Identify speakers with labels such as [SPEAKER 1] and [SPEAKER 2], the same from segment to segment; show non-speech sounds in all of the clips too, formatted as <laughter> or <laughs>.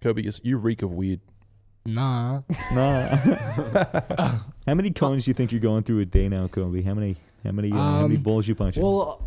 [SPEAKER 1] Kobe, it's, you reek of weed.
[SPEAKER 2] <laughs>
[SPEAKER 3] Nah. <laughs>
[SPEAKER 2] Nah. how many cones do you think you're going through a day now, Kobe? How many? How many? Uh, how many
[SPEAKER 3] Um,
[SPEAKER 2] balls you punching?
[SPEAKER 3] Well,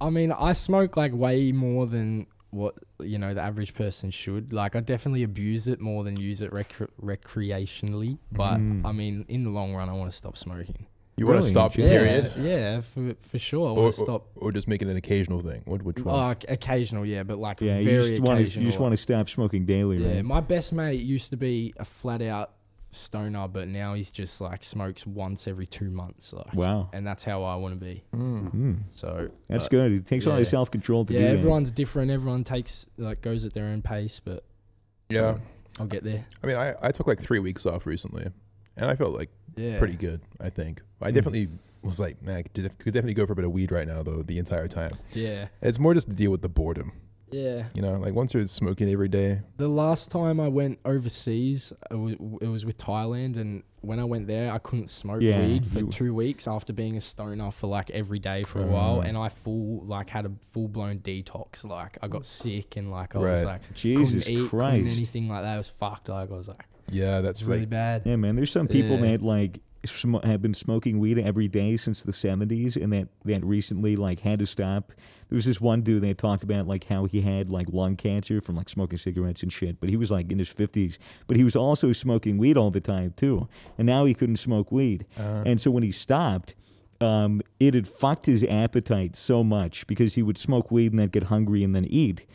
[SPEAKER 3] I mean, I smoke like way more than what you know the average person should. Like, I definitely abuse it more than use it recre- recreationally. But
[SPEAKER 2] Mm.
[SPEAKER 3] I mean, in the long run, I want to stop smoking.
[SPEAKER 1] You want to
[SPEAKER 2] Really?
[SPEAKER 1] stop,
[SPEAKER 3] Yeah,
[SPEAKER 1] period.
[SPEAKER 3] Yeah, for, for sure. I
[SPEAKER 1] Or,
[SPEAKER 3] want to
[SPEAKER 1] or,
[SPEAKER 3] stop.
[SPEAKER 1] or just make it an occasional thing. What, which one?
[SPEAKER 3] Like occasional, yeah, but like very
[SPEAKER 2] yeah, you just want to.
[SPEAKER 3] occasional.
[SPEAKER 2] You just want to stop smoking daily,
[SPEAKER 3] Yeah,
[SPEAKER 2] right?
[SPEAKER 3] my best mate used to be a flat out stoner, but now he's just like smokes once every two months, like,
[SPEAKER 2] Wow,
[SPEAKER 3] and that's how I want to be.
[SPEAKER 1] Hmm.
[SPEAKER 2] mm,
[SPEAKER 3] So
[SPEAKER 2] that's
[SPEAKER 3] but-
[SPEAKER 2] good. It takes a lot
[SPEAKER 3] uh, yeah.
[SPEAKER 2] of self control to
[SPEAKER 3] Yeah,
[SPEAKER 2] do that.
[SPEAKER 3] everyone's different. Everyone takes like goes at their own pace, but
[SPEAKER 1] yeah.
[SPEAKER 3] I'll get there.
[SPEAKER 1] I mean, I, I took like three weeks off recently, and I felt like
[SPEAKER 3] Yeah,
[SPEAKER 1] pretty good, I think. I
[SPEAKER 2] Mm.
[SPEAKER 1] definitely was like, man, I could could definitely go for a bit of weed right now, though, the entire time.
[SPEAKER 3] Yeah,
[SPEAKER 1] It's more just to deal with the boredom.
[SPEAKER 3] yeah.
[SPEAKER 1] You know, like once you're smoking every day,
[SPEAKER 3] The last time I went overseas, it was, it was with Thailand, and when I went there, I couldn't smoke
[SPEAKER 2] Yeah,
[SPEAKER 3] weed for
[SPEAKER 2] you-
[SPEAKER 3] two weeks after being a stoner for like every day for a while, and I full like had a full blown detox. Like I got sick and like I was
[SPEAKER 1] Right.
[SPEAKER 3] like
[SPEAKER 2] Jesus
[SPEAKER 3] couldn't eat, couldn't
[SPEAKER 2] Christ.
[SPEAKER 3] anything like that. It was fucked. Like I was like,
[SPEAKER 1] yeah, that's
[SPEAKER 3] it's really
[SPEAKER 1] like,
[SPEAKER 3] bad.
[SPEAKER 2] Yeah, man. There's some people
[SPEAKER 3] Yeah.
[SPEAKER 2] that like sm- have been smoking weed every day since the 70s, and that that recently like had to stop. There was this one dude that talked about like how he had like lung cancer from like smoking cigarettes and shit, but he was like in his 50s, but he was also smoking weed all the time too, and now he couldn't smoke weed, and so when he stopped. Um, it had fucked his appetite so much because he would smoke weed and then get hungry and then eat.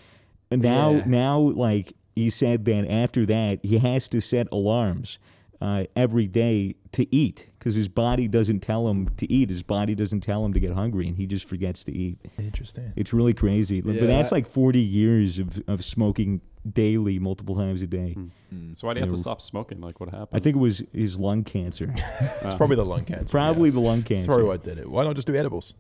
[SPEAKER 2] And now,
[SPEAKER 3] Yeah.
[SPEAKER 2] now, like he said, that after that, he has to set alarms uh, every day to eat because his body doesn't tell him to eat. His body doesn't tell him to get hungry, and he just forgets to eat.
[SPEAKER 1] interesting.
[SPEAKER 2] It's really crazy. But-
[SPEAKER 3] Yeah,
[SPEAKER 2] but that's
[SPEAKER 3] that-
[SPEAKER 2] like 40 years of, of smoking daily, multiple times a day.
[SPEAKER 4] Mm-hmm. So why do you have to
[SPEAKER 2] Yeah.
[SPEAKER 4] stop smoking? Like what happened?
[SPEAKER 2] I think it was his lung
[SPEAKER 4] <laughs>
[SPEAKER 2] cancer.
[SPEAKER 1] It's probably the lung cancer.
[SPEAKER 2] Probably
[SPEAKER 1] yeah.
[SPEAKER 2] the lung
[SPEAKER 1] That's
[SPEAKER 2] cancer. Uh-huh.
[SPEAKER 1] probably what did it. Why don't just do edibles?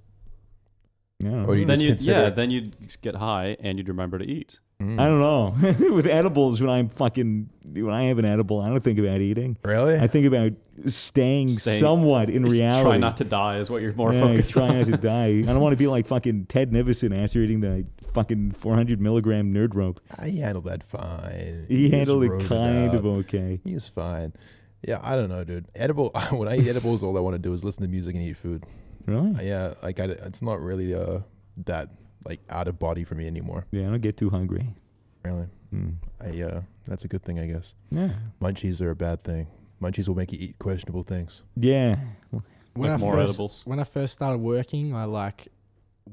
[SPEAKER 2] I don't know.
[SPEAKER 1] Or do you
[SPEAKER 4] then
[SPEAKER 1] just
[SPEAKER 4] you'd,
[SPEAKER 1] consider
[SPEAKER 4] yeah,
[SPEAKER 1] it?
[SPEAKER 4] then you'd get high and you'd remember to eat.
[SPEAKER 2] I don't know. <laughs> With edibles, when I'm fucking, when I have an edible, I don't think about eating.
[SPEAKER 1] Really?
[SPEAKER 2] I think about staying,
[SPEAKER 4] Staying-
[SPEAKER 2] somewhat in reality.
[SPEAKER 4] Try not to die is what you're more
[SPEAKER 2] yeah,
[SPEAKER 4] focused
[SPEAKER 2] try
[SPEAKER 4] on.
[SPEAKER 2] not to
[SPEAKER 4] <laughs>
[SPEAKER 2] die. I don't want to be like fucking Ted Nevison after eating the fucking 400 milligram nerd rope.
[SPEAKER 1] I handled that fine.
[SPEAKER 2] He
[SPEAKER 1] just
[SPEAKER 2] handled
[SPEAKER 1] wrote
[SPEAKER 2] it kind of
[SPEAKER 1] out.
[SPEAKER 2] okay.
[SPEAKER 1] He was fine. Yeah, I don't know, dude. Edible. <laughs> When I eat edibles, all I want to do is listen to music and eat food.
[SPEAKER 2] Really?
[SPEAKER 1] Yeah, like I, it's not really uh that like out of body for me anymore.
[SPEAKER 2] Yeah, I don't get too hungry.
[SPEAKER 1] Really,
[SPEAKER 2] Mm.
[SPEAKER 1] I uh, that's a good thing, I guess.
[SPEAKER 2] Yeah.
[SPEAKER 1] Munchies are a bad thing. Munchies will make you eat questionable things.
[SPEAKER 2] Yeah.
[SPEAKER 3] When
[SPEAKER 4] Like
[SPEAKER 3] I
[SPEAKER 4] more
[SPEAKER 3] first,
[SPEAKER 4] edibles.
[SPEAKER 3] When I first started working, I like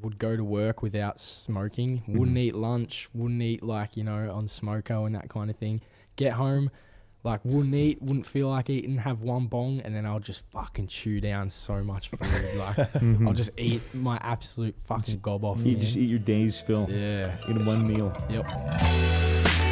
[SPEAKER 3] would go to work without smoking. Wouldn't eat lunch. Wouldn't eat like you know on smoko and that kind of thing. Get home, like wouldn't eat. Wouldn't feel like eating. Have one bong and then I'll just fucking chew down so much food. like
[SPEAKER 2] <laughs>
[SPEAKER 3] I'll just eat my absolute fucking gob off.
[SPEAKER 2] Mm-hmm. You
[SPEAKER 3] man.
[SPEAKER 2] just eat your day's fill
[SPEAKER 3] yeah.
[SPEAKER 2] in one meal.
[SPEAKER 3] Yep.